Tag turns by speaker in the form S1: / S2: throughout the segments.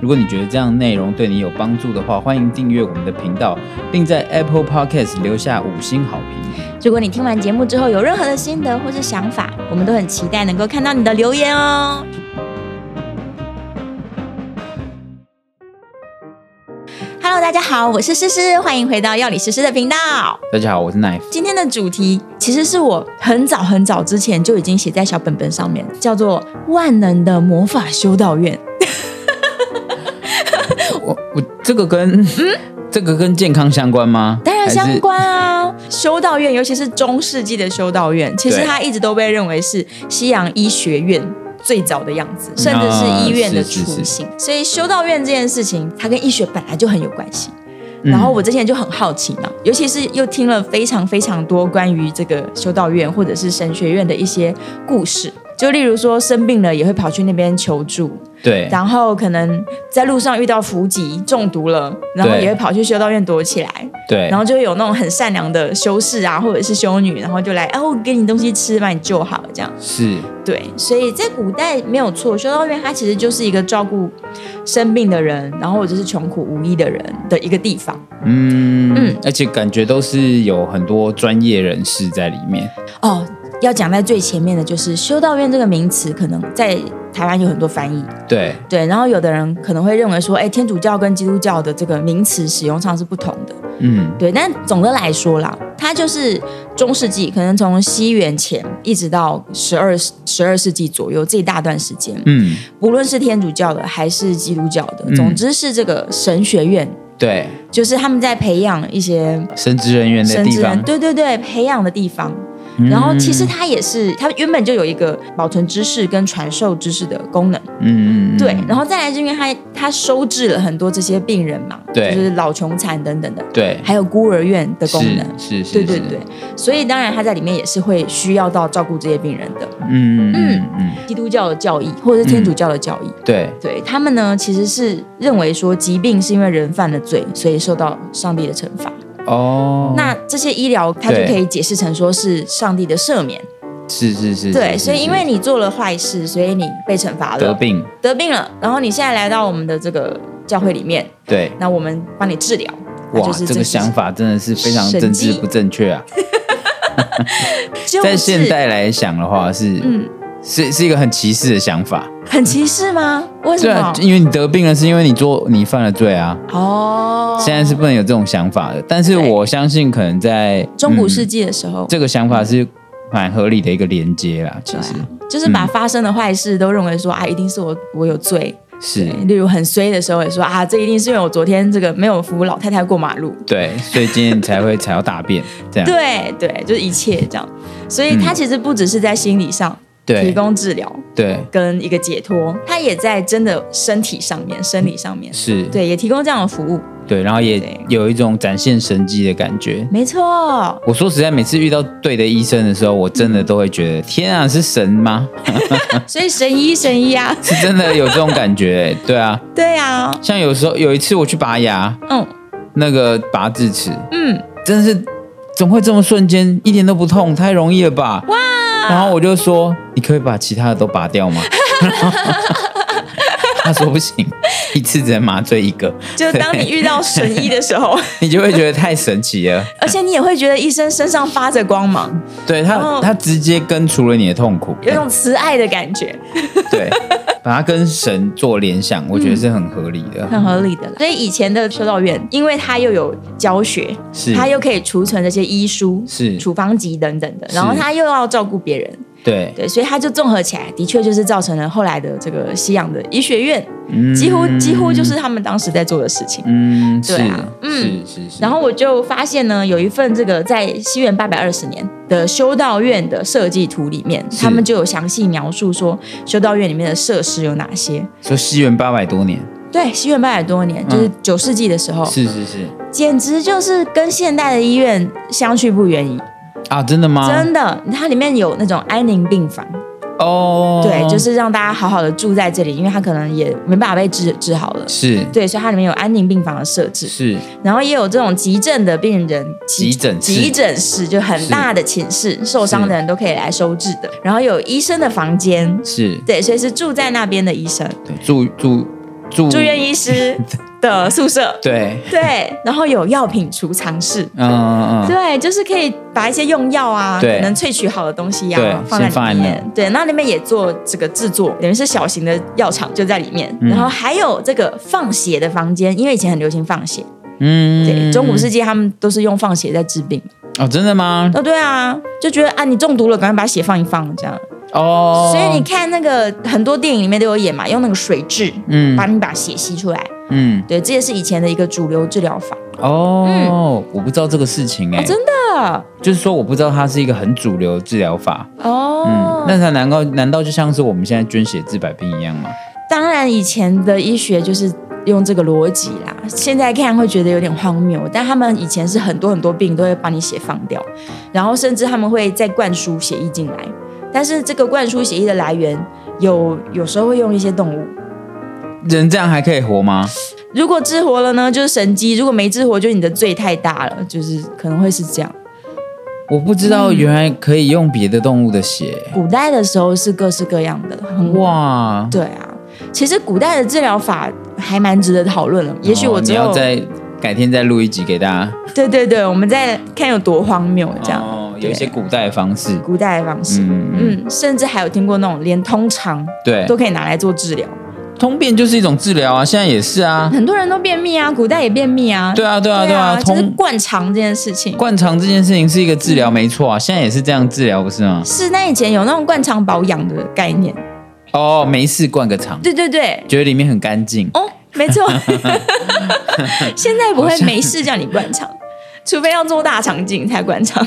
S1: 如果你觉得这样内容对你有帮助的话，欢迎订阅我们的频道，并在 Apple Podcast 留下五星好评。
S2: 如果你听完节目之后有任何的心得或是想法，我们都很期待能够看到你的留言哦。Hello，大家好，我是诗诗，欢迎回到药理诗诗的频道。
S1: 大家好，我是 Knife。
S2: 今天的主题其实是我很早很早之前就已经写在小本本上面，叫做《万能的魔法修道院》。
S1: 我我这个跟、这个跟健康相关吗？
S2: 嗯当然
S1: 还
S2: 相
S1: 是。
S2: 关啊，修道院，尤其是中世纪的修道院，其实
S1: 对
S2: 它一直都被认为是西洋医学院最早的样子，甚至是医院的雏
S1: 嗯啊是是是
S2: 形。所以修道院这件事情，它跟医学本来就很有关系。
S1: 嗯
S2: 然后我之前就很好奇嘛，尤其是又听了非常非常多关于这个修道院或者是神学院的一些故事，就例如说生病了也会跑去那边求助，
S1: 对，
S2: 然后可能在路上遇到伏击中毒了，然后
S1: 对
S2: 也会跑去修道院躲起来，
S1: 对，
S2: 然后就会有那种很善良的修士啊，或者是修女，然后就来，啊，我给你东西吃，把你救好了，这样。
S1: 是，
S2: 对，所以在古代没有错，修道院它其实就是一个照顾生病的人，然后或者是穷苦无依的人的一个地方。
S1: 嗯
S2: 嗯
S1: 而且感觉都是有很多专业人士在里面。
S2: 哦，要讲在最前面的就是修道院这个名词，可能在台湾有很多翻译，
S1: 对，
S2: 对，然后有的人可能会认为说，哎，天主教跟基督教的这个名词使用上是不同的。
S1: 嗯，
S2: 对，但总的来说啦，它就是中世纪，可能从西元前一直到十二十二世纪左右这一大段时间，
S1: 嗯，
S2: 不论是天主教的还是基督教的，
S1: 嗯
S2: 总之是这个神学院，
S1: 对，
S2: 就是他们在培养一些
S1: 神职人员的
S2: 神
S1: 地
S2: 职人，
S1: 方。
S2: 对对对，培养的地方。
S1: 嗯
S2: 然后其实，它也是，它原本就有一个保存知识跟传授知识的功能。
S1: 嗯嗯，嗯
S2: 对，然后再来是因为它它收治了很多这些病人嘛，
S1: 对
S2: 就是老穷残等等的，
S1: 对，
S2: 还有孤儿院的功能。
S1: 是是是，
S2: 对对
S1: 是，
S2: 对，
S1: 嗯
S2: 所以当然他在里面也是会需要到照顾这些病人的，
S1: 嗯嗯嗯嗯，
S2: 基督教的教义或者是天主教的教义。
S1: 对，
S2: 对他们呢，其实是认为说疾病是因为人犯了罪，所以受到上帝的惩罚。
S1: 哦，
S2: 那这些医疗，它就
S1: 对
S2: 可以解释成说是上帝的赦免。
S1: 是是是，
S2: 对，
S1: 是
S2: 所以
S1: 是
S2: 因为你做了坏事，所以你被惩罚了，
S1: 得病，
S2: 得病了，然后你现在来到我们的这个教会里面，
S1: 对，
S2: 那我们帮你治疗。那
S1: 哇，
S2: 就是
S1: 这
S2: 个
S1: 个想法真的是非常
S2: 神
S1: 政
S2: 迹
S1: 治不正确啊！
S2: 就是
S1: 在现代来想的话是，
S2: 嗯
S1: 是是一个很歧视的想法。
S2: 很歧视吗？为什
S1: 对啊
S2: 么，？
S1: 因为你得病了，是因为你做你犯了罪啊。
S2: 哦，
S1: 现在是不能有这种想法的，但是
S2: 对
S1: 我相信可能在
S2: 中古世
S1: 嗯
S2: 纪的时候，
S1: 这个想法是蛮合理的一个连接啦。其
S2: 对
S1: 实
S2: 啊，就是
S1: 嗯
S2: 把发生的坏事都认为说、啊，一定是我我有罪。
S1: 是
S2: 例如很衰的时候也说啊，这一定是因为我昨天这个没有扶老太太过马路。
S1: 对，所以今天你才会 踩到大便这样。嗯
S2: 对对，就是一切这样。所以它其实不只是在心理上提
S1: 对
S2: 供治疗
S1: 对
S2: 跟一个解脱，它也在真的身体上面、生理上面，
S1: 是，
S2: 对，也提供这样的服务。
S1: 对，然后也
S2: 对
S1: 有一种展现神迹的感觉。
S2: 没 错，
S1: 我说实在，每次遇到对的医生的时候，我真的都会觉得，天啊，是神吗？
S2: 所以神医神医啊，
S1: 是真的有这种感觉、对啊，
S2: 对啊，
S1: 像有时候有一次我去拔牙，
S2: 嗯
S1: 那个拔智齿，
S2: 嗯，
S1: 真的是怎么会这么瞬间，一点都不痛，太容易了吧？哇！然后我就说，你可以把其他的都拔掉吗？ 他说不行，一次只能麻醉一个，
S2: 就当你遇到神医的时 候，
S1: 你就会觉得太神奇了。
S2: 而且你也会觉得医生身上发着光芒，
S1: 对
S2: 然后
S1: 他，他直接根除了你的痛苦，
S2: 有一种慈爱的感觉，
S1: 嗯对，把它跟神做联想，我觉得是很合理的。
S2: 很合理的啦。所以以前的修道院，因为它又有教学，
S1: 是
S2: 它又可以储存这些医书、
S1: 是
S2: 处方集等等的，
S1: 是
S2: 然后它又要照顾别人，
S1: 对，
S2: 对，所以它就综合起来，的确就是造成了后来的这个西洋的医学院，
S1: 嗯
S2: 几乎几乎就是他们当时在做的事情。
S1: 嗯，是
S2: 对啊嗯
S1: 是是是。
S2: 然后我就发现呢，有一份这个在西元八百二十年的修道院的设计图里面，
S1: 是
S2: 他们就有详细描述说修道院里面的设施有哪些。
S1: 说西元八百多年，
S2: 对，西院八百多年，就是九世纪的时候，
S1: 嗯是是是
S2: 简直就是跟现代的医院相去不远矣。
S1: 啊，真的吗？
S2: 真的，它里面有那种安宁病房，
S1: 哦，
S2: 对，就是让大家好好的住在这里，因为它可能也没办法被治治好了。
S1: 是
S2: 对，所以它里面有安宁病房的设置，
S1: 是
S2: 然后也有这种急症的病人
S1: 急诊室
S2: 急诊室就很大的寝室，受伤的人都可以来收治的。然后有医生的房间，
S1: 是，
S2: 对，所以是住在那边的医生，
S1: 对，住住住
S2: 住院医师的宿舍，
S1: 对，
S2: 对，然后有药品储藏室。
S1: 嗯嗯嗯，
S2: 对，就是可以把一些用药啊，
S1: 对
S2: 可能萃取好的东西
S1: 对
S2: 啊，放在
S1: 先放在
S2: 里
S1: 那
S2: 面。对，那里面也做这个制作，等于是小型的药厂就在里面。
S1: 嗯
S2: 然后还有这个放血的房间，因为以前很流行放血，
S1: 嗯，
S2: 对，中古世纪他们都是用放血在治病。
S1: 哦，真的吗？
S2: 哦，对啊，就觉得啊，你中毒了，赶快把血放一放，这样。
S1: 哦，
S2: 所以你看那个很多电影里面都有演嘛，用那个水蛭，
S1: 嗯
S2: 把你把血吸出来。
S1: 嗯
S2: 对，这也是以前的一个主流治疗法。
S1: 哦，我不知道这个事情
S2: 嗯
S1: 哎、
S2: 哦真的
S1: 就是说我不知道它是一个很主流的治疗法，嗯，
S2: 哦，
S1: 那它难道难道就像是我们现在捐血治百病一样吗？
S2: 当然以前的医学就是。用这个逻辑啦，现在看会觉得有点荒谬，但他们以前是很多很多病都会把你血放掉，然后甚至他们会再灌输血液进来，但是这个灌输血液的来源有有时候会用一些动物，
S1: 人这样还可以活吗？
S2: 如果治活了呢，就是神机；如果没治活，就你的罪太大了，就是可能会是这样。
S1: 我不知
S2: 嗯
S1: 道，原来可以用别的动物的血，
S2: 古代的时候是各式各样的，很
S1: 哇！
S2: 对啊。其实古代的治疗法还蛮值得讨论的，也许我
S1: 哦你
S2: 之后、
S1: 要再改天再录一集给大家，
S2: 对对对，我们再看有多荒谬这样。
S1: 哦，
S2: 对
S1: 有一些古代的方式，
S2: 古代的方式，
S1: 嗯，
S2: 嗯甚至还有听过那种连通肠
S1: 对，
S2: 都可以拿来做治疗，
S1: 通便就是一种治疗啊，现在也是啊，
S2: 很多人都便秘啊，古代也便秘啊，
S1: 对啊，对啊，
S2: 对
S1: 对啊，
S2: 就是嗯
S1: 通
S2: 灌肠这件事情。
S1: 灌肠这件事情是一个治疗，没错啊，现在也是这样治疗，不是吗？
S2: 是，那以前有那种灌肠保养的概念，
S1: 哦，没事灌个肠，
S2: 对对对，
S1: 觉得里面很干净，
S2: 哦，没 错，现在不会没事叫你灌肠，除非要做大肠镜才灌 肠。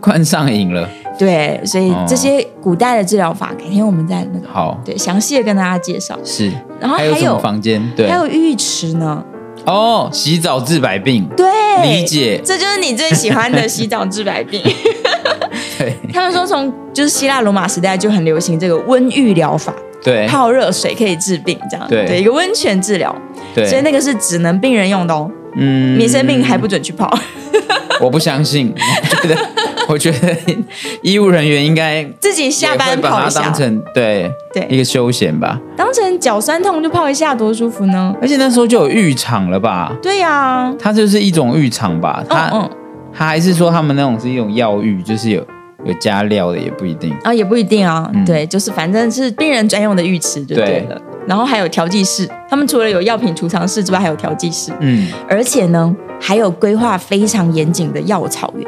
S1: 灌上瘾了。
S2: 对，所以
S1: 哦
S2: 这些古代的治疗法，改天我们再那个
S1: 好，
S2: 对详细的跟大家介绍。
S1: 是，
S2: 然后
S1: 还
S2: 啊还
S1: 有什么
S2: 有
S1: 房间？对
S2: 还，有浴池呢，
S1: 哦，洗澡治百病，
S2: 对，
S1: 理解，
S2: 这就是你最喜欢的洗澡治百 病。
S1: 对
S2: 他们说从就是希腊罗马时代就很流行这个温浴疗法，
S1: 对
S2: 泡热水可以治病，这样
S1: 对
S2: 一个温泉治疗，所以
S1: 对，
S2: 那个是只能病人用的哦，
S1: 嗯
S2: 你生病还不准去泡。
S1: 我不相信， 我觉得，我觉得医务人员应该
S2: 自己下
S1: 也
S2: 班
S1: 会把
S2: 泡一
S1: 它
S2: 下
S1: 当，成对
S2: 对
S1: 一个休闲吧。
S2: 当成脚酸痛就泡一下，多舒服呢？
S1: 而且那时候就有浴场了吧？
S2: 对呀、
S1: 它就是一种浴场吧？它、
S2: 嗯嗯，
S1: 它还是说他们那种是一种药浴，就是有有加料的，也不一定。
S2: 啊也不一定啊，
S1: 嗯
S2: 对，就是反正是病人专用的浴池就对了。然后还有调剂室，他们除了有药品储藏室之外，还有调剂室，
S1: 嗯，
S2: 而且呢还有规划非常严谨的药草园。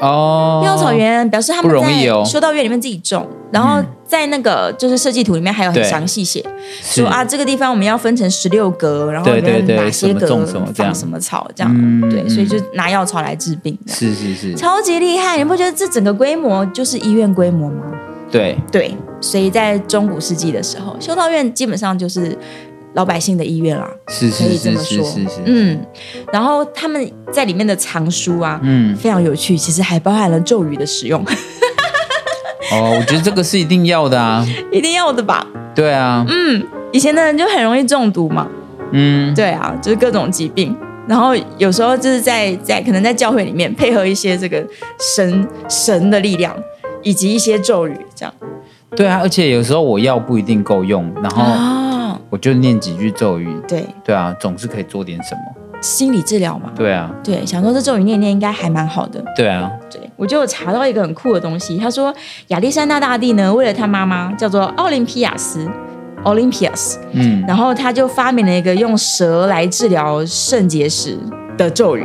S1: 哦，
S2: 药草园表示他
S1: 不
S2: 们
S1: 容易哦
S2: 在修道院里面自己种，然后在那个就是设计图里面还有很
S1: 对
S2: 详细写，
S1: 嗯是
S2: 说啊，这个地方我们要分成十六格，然后
S1: 对对
S2: 里面
S1: 对
S2: 哪些格
S1: 什么种什么这
S2: 放
S1: 样
S2: 什么草这样，
S1: 嗯
S2: 对，所以
S1: 嗯
S2: 就拿药草来治病这样。
S1: 是是是，
S2: 超级厉害！你不觉得这整个规模就是医院规模吗？
S1: 对，
S2: 对，所以在中古世纪的时候，修道院基本上就是老百姓的医院啦，
S1: 是
S2: 可
S1: 是
S2: 以这
S1: 是
S2: 么
S1: 是
S2: 说。
S1: 是是，
S2: 嗯，然后他们在里面的藏书啊，
S1: 嗯，
S2: 非常有趣，其实还包含了咒语的使用，
S1: 哦，我觉得这个是一定要的啊，
S2: 一定要的吧？
S1: 对啊，
S2: 嗯，以前的人就很容易中毒嘛，
S1: 嗯，
S2: 对啊，就是各种疾病。然后有时候就是在在可能在教会里面配合一些这个神神的力量，以及一些咒语这样。
S1: 对啊，而且有时候我药不一定够用，然后
S2: 哦，
S1: 我就念几句咒语，
S2: 对，
S1: 对啊，总是可以做点什么，
S2: 心理治疗嘛。
S1: 对啊，
S2: 对，想说这咒语念一念应该还蛮好的。
S1: 对啊，
S2: 对，我就有查到一个很酷的东西，他说亚历山大大帝呢，为了他妈妈叫做奥林匹亚斯 （Olympias），
S1: 嗯，
S2: 然后他就发明了一个用蛇来治疗肾结石的咒语，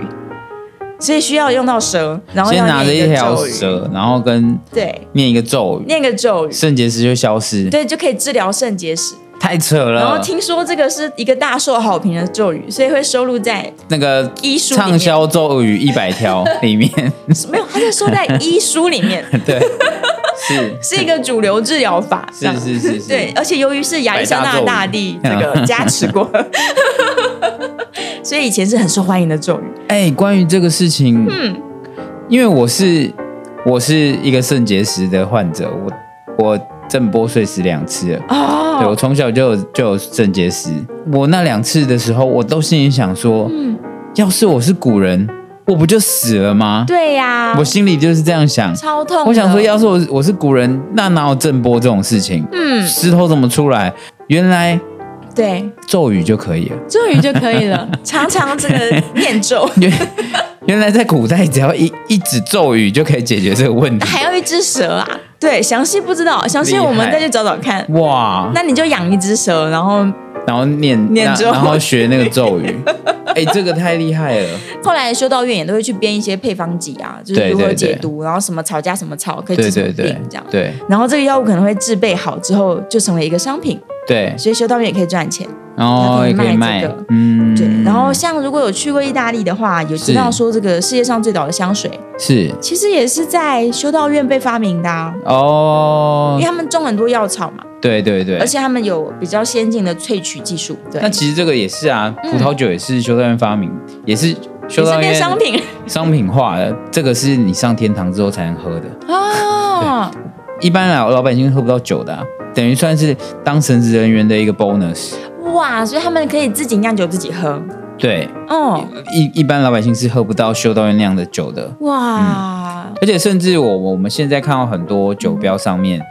S2: 所以需要用到蛇，然后
S1: 先
S2: 要
S1: 拿着
S2: 念
S1: 一
S2: 个
S1: 条
S2: 咒语，
S1: 蛇，然后跟
S2: 对，
S1: 念一个咒语，
S2: 念个咒语，
S1: 肾结石就消失，
S2: 对，就可以治疗肾结石。
S1: 太扯
S2: 然后
S1: 了。
S2: 听说这个是一个大受好评的咒语，所以会收录在
S1: 那个
S2: 医书里面
S1: 畅 销咒语一百条里面，
S2: 没有，他就收在医书里面。
S1: 对， 是
S2: 是一个主流治疗法。这样
S1: 是是是是，
S2: 啊对，，而且由于是亚历山大大帝这
S1: 嗯大咒语
S2: 个 加持过，所以以前是很受欢迎的咒语。
S1: 哎、关于这个事情，嗯，因为我是我是一个肾结石的患者，我我震波碎石两次了。对我
S2: 哦，
S1: 从小就有就有肾结石，我那两次的时候，我都心里想说，
S2: 嗯，
S1: 要是我是古人，我不就死了吗？
S2: 对呀、
S1: 我心里就是这样想。
S2: 超痛的。
S1: 我想说，要是我我是古人，那哪有震波这种事情？
S2: 嗯，
S1: 石头怎么出来？原来
S2: 对，
S1: 咒语就可以了。
S2: 咒语就可以 了，常常这个念咒。
S1: 原原来在古代，只要一一指咒语就可以解决这个问题。
S2: 还要一只蛇啊？对，详细不知道，详细我们再去找找看。
S1: 哇！
S2: 那你就养一只蛇，然后
S1: 然后念
S2: 念
S1: 那
S2: 咒
S1: 然后学那个咒 语。哎、这个太厉害了！
S2: 后来修道院也都会去编一些配方剂啊，就是
S1: 对
S2: 如何
S1: 对
S2: 解
S1: 对
S2: 毒，然后什么草加什么草可以
S1: 对
S2: 治什么病
S1: 对对
S2: 这样。
S1: 对
S2: 然后这个药物可能会制备好之后，就成为一个商品，
S1: 对，
S2: 所以修道院也可以赚钱。
S1: 然后也可以
S2: 卖
S1: 卖
S2: 这个，
S1: 嗯，
S2: 对，然后像如果有去过意大利的话，有知道
S1: 是
S2: 说这个世界上最早的香水，
S1: 是
S2: 其实也是在修道院被发明的、啊，因
S1: 哦
S2: 为，他们种很多药草嘛，
S1: 对对对
S2: 而。且他们有比较先进的萃取技术，对
S1: 那，其实这个也是啊，
S2: 嗯
S1: 葡萄酒也是修道院发明，也是修
S2: 也是
S1: 道院
S2: 变商 品
S1: 商品化的。这个是你上天堂之后才能喝的，
S2: 哦。
S1: 一般啊老老百姓喝不到酒的、啊，等于算是当神职人员的一个 bonus。
S2: 哇，所以他们可以自己酿酒自己喝，
S1: 对，
S2: 哦，
S1: 一一般老百姓是喝不到修道院那样的酒的。
S2: 哇，
S1: 而且甚至我我们现在看到很多酒标上面，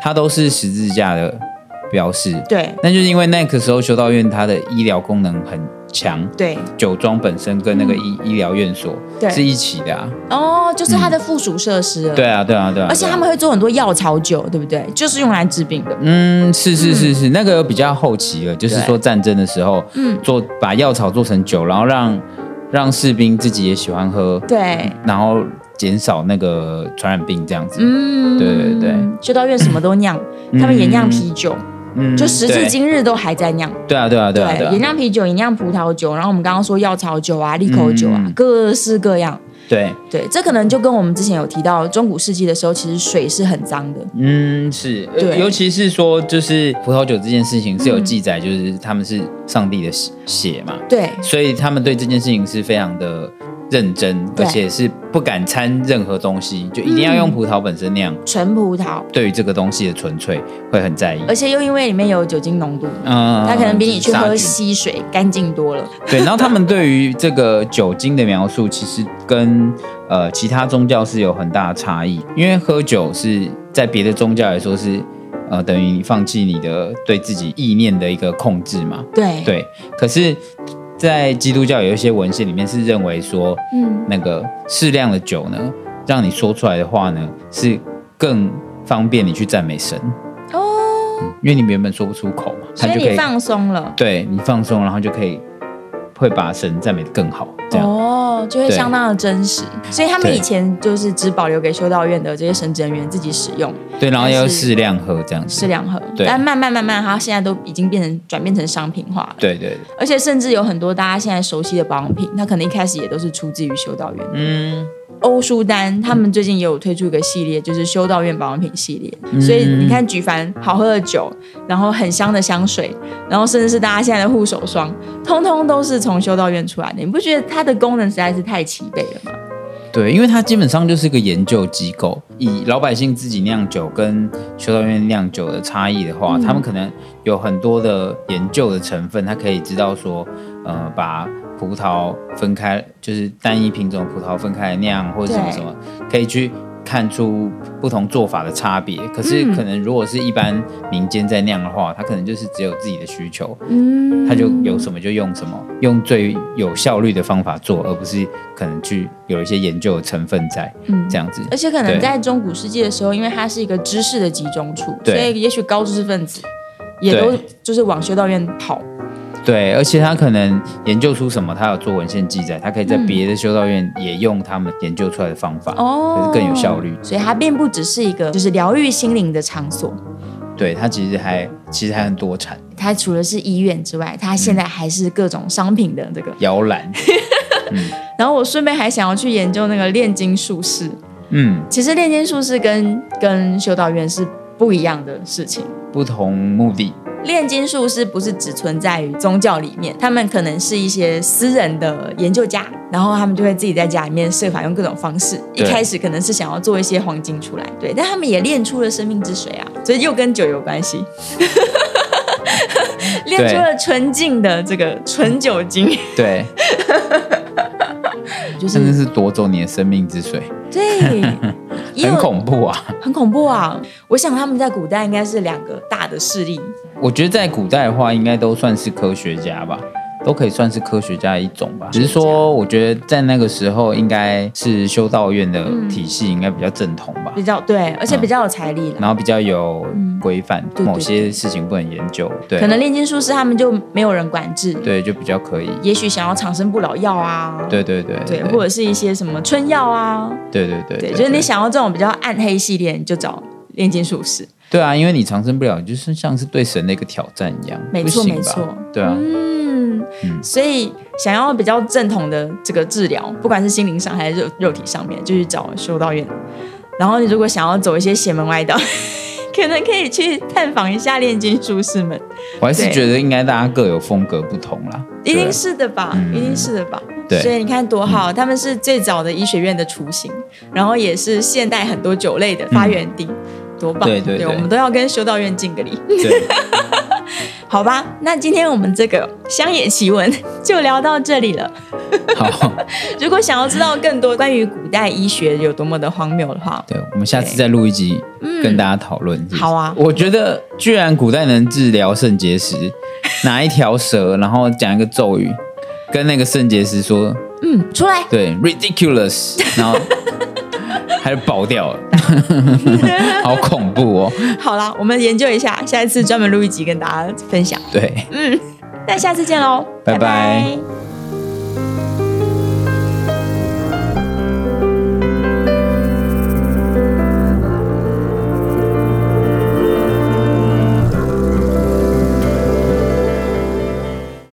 S1: 它都是十字架的标示，
S2: 对
S1: 那就是因为那个时候修道院它的医疗功能很强，
S2: 对
S1: 酒庄本身跟那个医、医疗院所
S2: 嗯对
S1: 是一起的啊。
S2: 哦，就是它的附属设施了，
S1: 嗯对啊，对啊，对啊。
S2: 而且他们会做很多药草酒，对不对？就是用来治病的，
S1: 嗯，是是是是，那个比较后期了，就是说战争的时候，
S2: 嗯
S1: 做把药草做成酒，然后让让士兵自己也喜欢喝，
S2: 对，
S1: 然后减少那个传染病这样子。
S2: 嗯，
S1: 对对对，
S2: 修道院什么都酿，他们也酿啤酒，
S1: 嗯
S2: 就时至
S1: 对
S2: 今日都还在酿，
S1: 对啊，对啊，对啊，对啊
S2: 也，酿啤酒，也酿葡萄酒，然后我们刚刚说药草酒啊、利口酒啊，
S1: 嗯
S2: 各式各样。
S1: 对，
S2: 对，这可能就跟我们之前有提到，中古世纪的时候，其实水是很脏的，
S1: 嗯，是，呃
S2: 对
S1: 尤其是说，就是葡萄酒这件事情是有
S2: 嗯
S1: 记载，就是他们是上帝的血血嘛，
S2: 对，
S1: 所以他们对这件事情是非常的认真，
S2: 对
S1: 而且是不敢掺任何东西，就一定要用葡萄本身酿。
S2: 纯葡萄，
S1: 对于这个东西的纯粹会很在意，
S2: 而且又因为里面有酒精浓度，
S1: 嗯，
S2: 它可能比你去喝
S1: 就是杀
S2: 溪水干净多了。
S1: 菌。对，然后他们对于这个酒精的描述，其实跟呃其他宗教是有很大的差异，因为喝酒是在别的宗教来说是呃等于你放弃你的对自己意念的一个控制嘛，
S2: 对，
S1: 对。可是，在基督教有一些文献里面是认为说，
S2: 嗯，
S1: 那个适量的酒呢，让你说出来的话呢，是更方便你去赞美神，
S2: 哦，
S1: 因为你原本说不出口嘛，它
S2: 所
S1: 就
S2: 以
S1: 可
S2: 你
S1: 以
S2: 放松了，
S1: 对你放松，然后就可以会把神赞美的更好，这样、
S2: 哦，就会
S1: 对
S2: 相当的真实。所以他们
S1: 对
S2: 以前就是只保留给修道院的这些神职人员自己使用，
S1: 对，然后
S2: 但
S1: 要
S2: 是
S1: 适量喝这样
S2: 适
S1: 子，
S2: 量喝。
S1: 对
S2: 但慢慢慢慢，它现在都已经变成转变成商品化了，
S1: 对对对，
S2: 而且甚至有很多大家现在熟悉的保养品，它可能一开始也都是出自于修道院。
S1: 嗯，
S2: 欧舒丹他们最近也有推出一个系列，就是修道院保养品系列。
S1: 嗯
S2: 所以你看，举凡好喝的酒，然后很香的香水，然后甚至是大家现在的护手霜，通通都是从修道院出来的。你不觉得它的功能实在是太齐备了吗？
S1: 对，因为它基本上就是一个研究机构，以老百姓自己酿酒跟修道院酿酒的差异的
S2: 嗯
S1: 话，他们可能有很多的研究的成分，他可以知道说，呃，把葡萄分开，就是单一品种葡萄分开来酿，或者什么
S2: 对
S1: 什么，可以去看出不同做法的差别。可是
S2: 嗯
S1: 可能如果是一般民间在酿的话，他可能就是只有自己的需求，
S2: 嗯，
S1: 他就有什么就用什么，用最有效率的方法做，而不是可能去有一些研究的成分在，
S2: 嗯
S1: 这样子。
S2: 而且可能
S1: 对
S2: 在中古世纪的时候，因为它是一个知识的集中处，所
S1: 对
S2: 以也许高知识分子也都
S1: 对
S2: 就是往修道院跑。
S1: 对，而且他可能研究出什么，他有做文献记载，他可以在别的修道院也用他们研究出来的方法，
S2: 哦，
S1: 可是更有效率。
S2: 所以它并不只是一个就是疗愈心灵的场所，
S1: 对他其实还其实还很多产
S2: 它除了是医院之外，它现在还是各种商品的这个。
S1: 摇篮。
S2: 然后我顺便还想要去研究那个炼金术士，
S1: 嗯，
S2: 其实炼金术士跟跟修道院是不一样的事情。
S1: 不同目的，
S2: 炼金术士不是只存在于宗教里面，他们可能是一些私人的研究家，然后他们就会自己在家里面设法用各种方式。一
S1: 对
S2: 开始可能是想要做一些黄金出来，对，但他们也炼出了生命之水啊，所以又跟酒有关系， 炼出了纯净的这个纯酒精，
S1: 对，
S2: 就
S1: 甚至
S2: 是
S1: 是夺走你的生命之水，
S2: 对，也有
S1: 很恐怖啊！
S2: 很恐怖啊！我想他们在古代应该是两个大的势力，
S1: 我觉得在古代的话，应该都算是科学家吧，都可以算是科学家的一种吧。只是说，我觉得在那个时候，应该是修道院的体系应该比较正统吧，
S2: 比较对，
S1: 嗯
S2: 而且比较有财力啦。
S1: 然后比较有规范，
S2: 对对
S1: 某些事情不能研究，对，
S2: 可能炼金术师他们就没有人管制，
S1: 对就比较可以，
S2: 也许想要长生不老药啊，
S1: 对对对
S2: 对或者是一些什么春药啊，
S1: 对对对，
S2: 对，就是你想要这种比较暗黑系列，你就找炼金术师。
S1: 对啊，因为你长生不了，就是像是对神的一个挑战一样，
S2: 没
S1: 不
S2: 错
S1: 行
S2: 没
S1: 吧
S2: 错
S1: 对啊，
S2: 嗯，所以想要比较正统的这个治疗，不管是心灵上还是肉肉体上面，就去找修道院。然后你如果想要走一些邪门歪道， 可能可以去探访一下炼金术士们，
S1: 我还是
S2: 对
S1: 觉得应该大家各有风格不同啦，
S2: 一
S1: 对
S2: 定是的吧，
S1: 嗯
S2: 一定是的吧。
S1: 对嗯
S2: 所以你看多好，他们是最早的医学院的雏形，然后也是现代很多酒类的发源地，多棒！
S1: 嗯对对对
S2: 我们都要跟修道院敬个礼，
S1: 对，
S2: 好吧？那今天我们这个乡野奇闻就聊到这里了。
S1: 好，
S2: 如果想要知道更多关于古代医学有多么的荒谬的话，
S1: 对，我们下次再录一集跟大家讨论。是不是
S2: 好啊
S1: 我觉得居然古代能治疗肾 结石，拿一条蛇，然后讲一个咒语，跟那个肾结石说，
S2: 嗯，出来
S1: 对，ridiculous，然 后还爆掉了，好恐怖哦，
S2: 好啦，我们研究一下，下一次专门录一集跟大家分享。
S1: 对。
S2: 那下次见喽，
S1: 拜拜
S2: 拜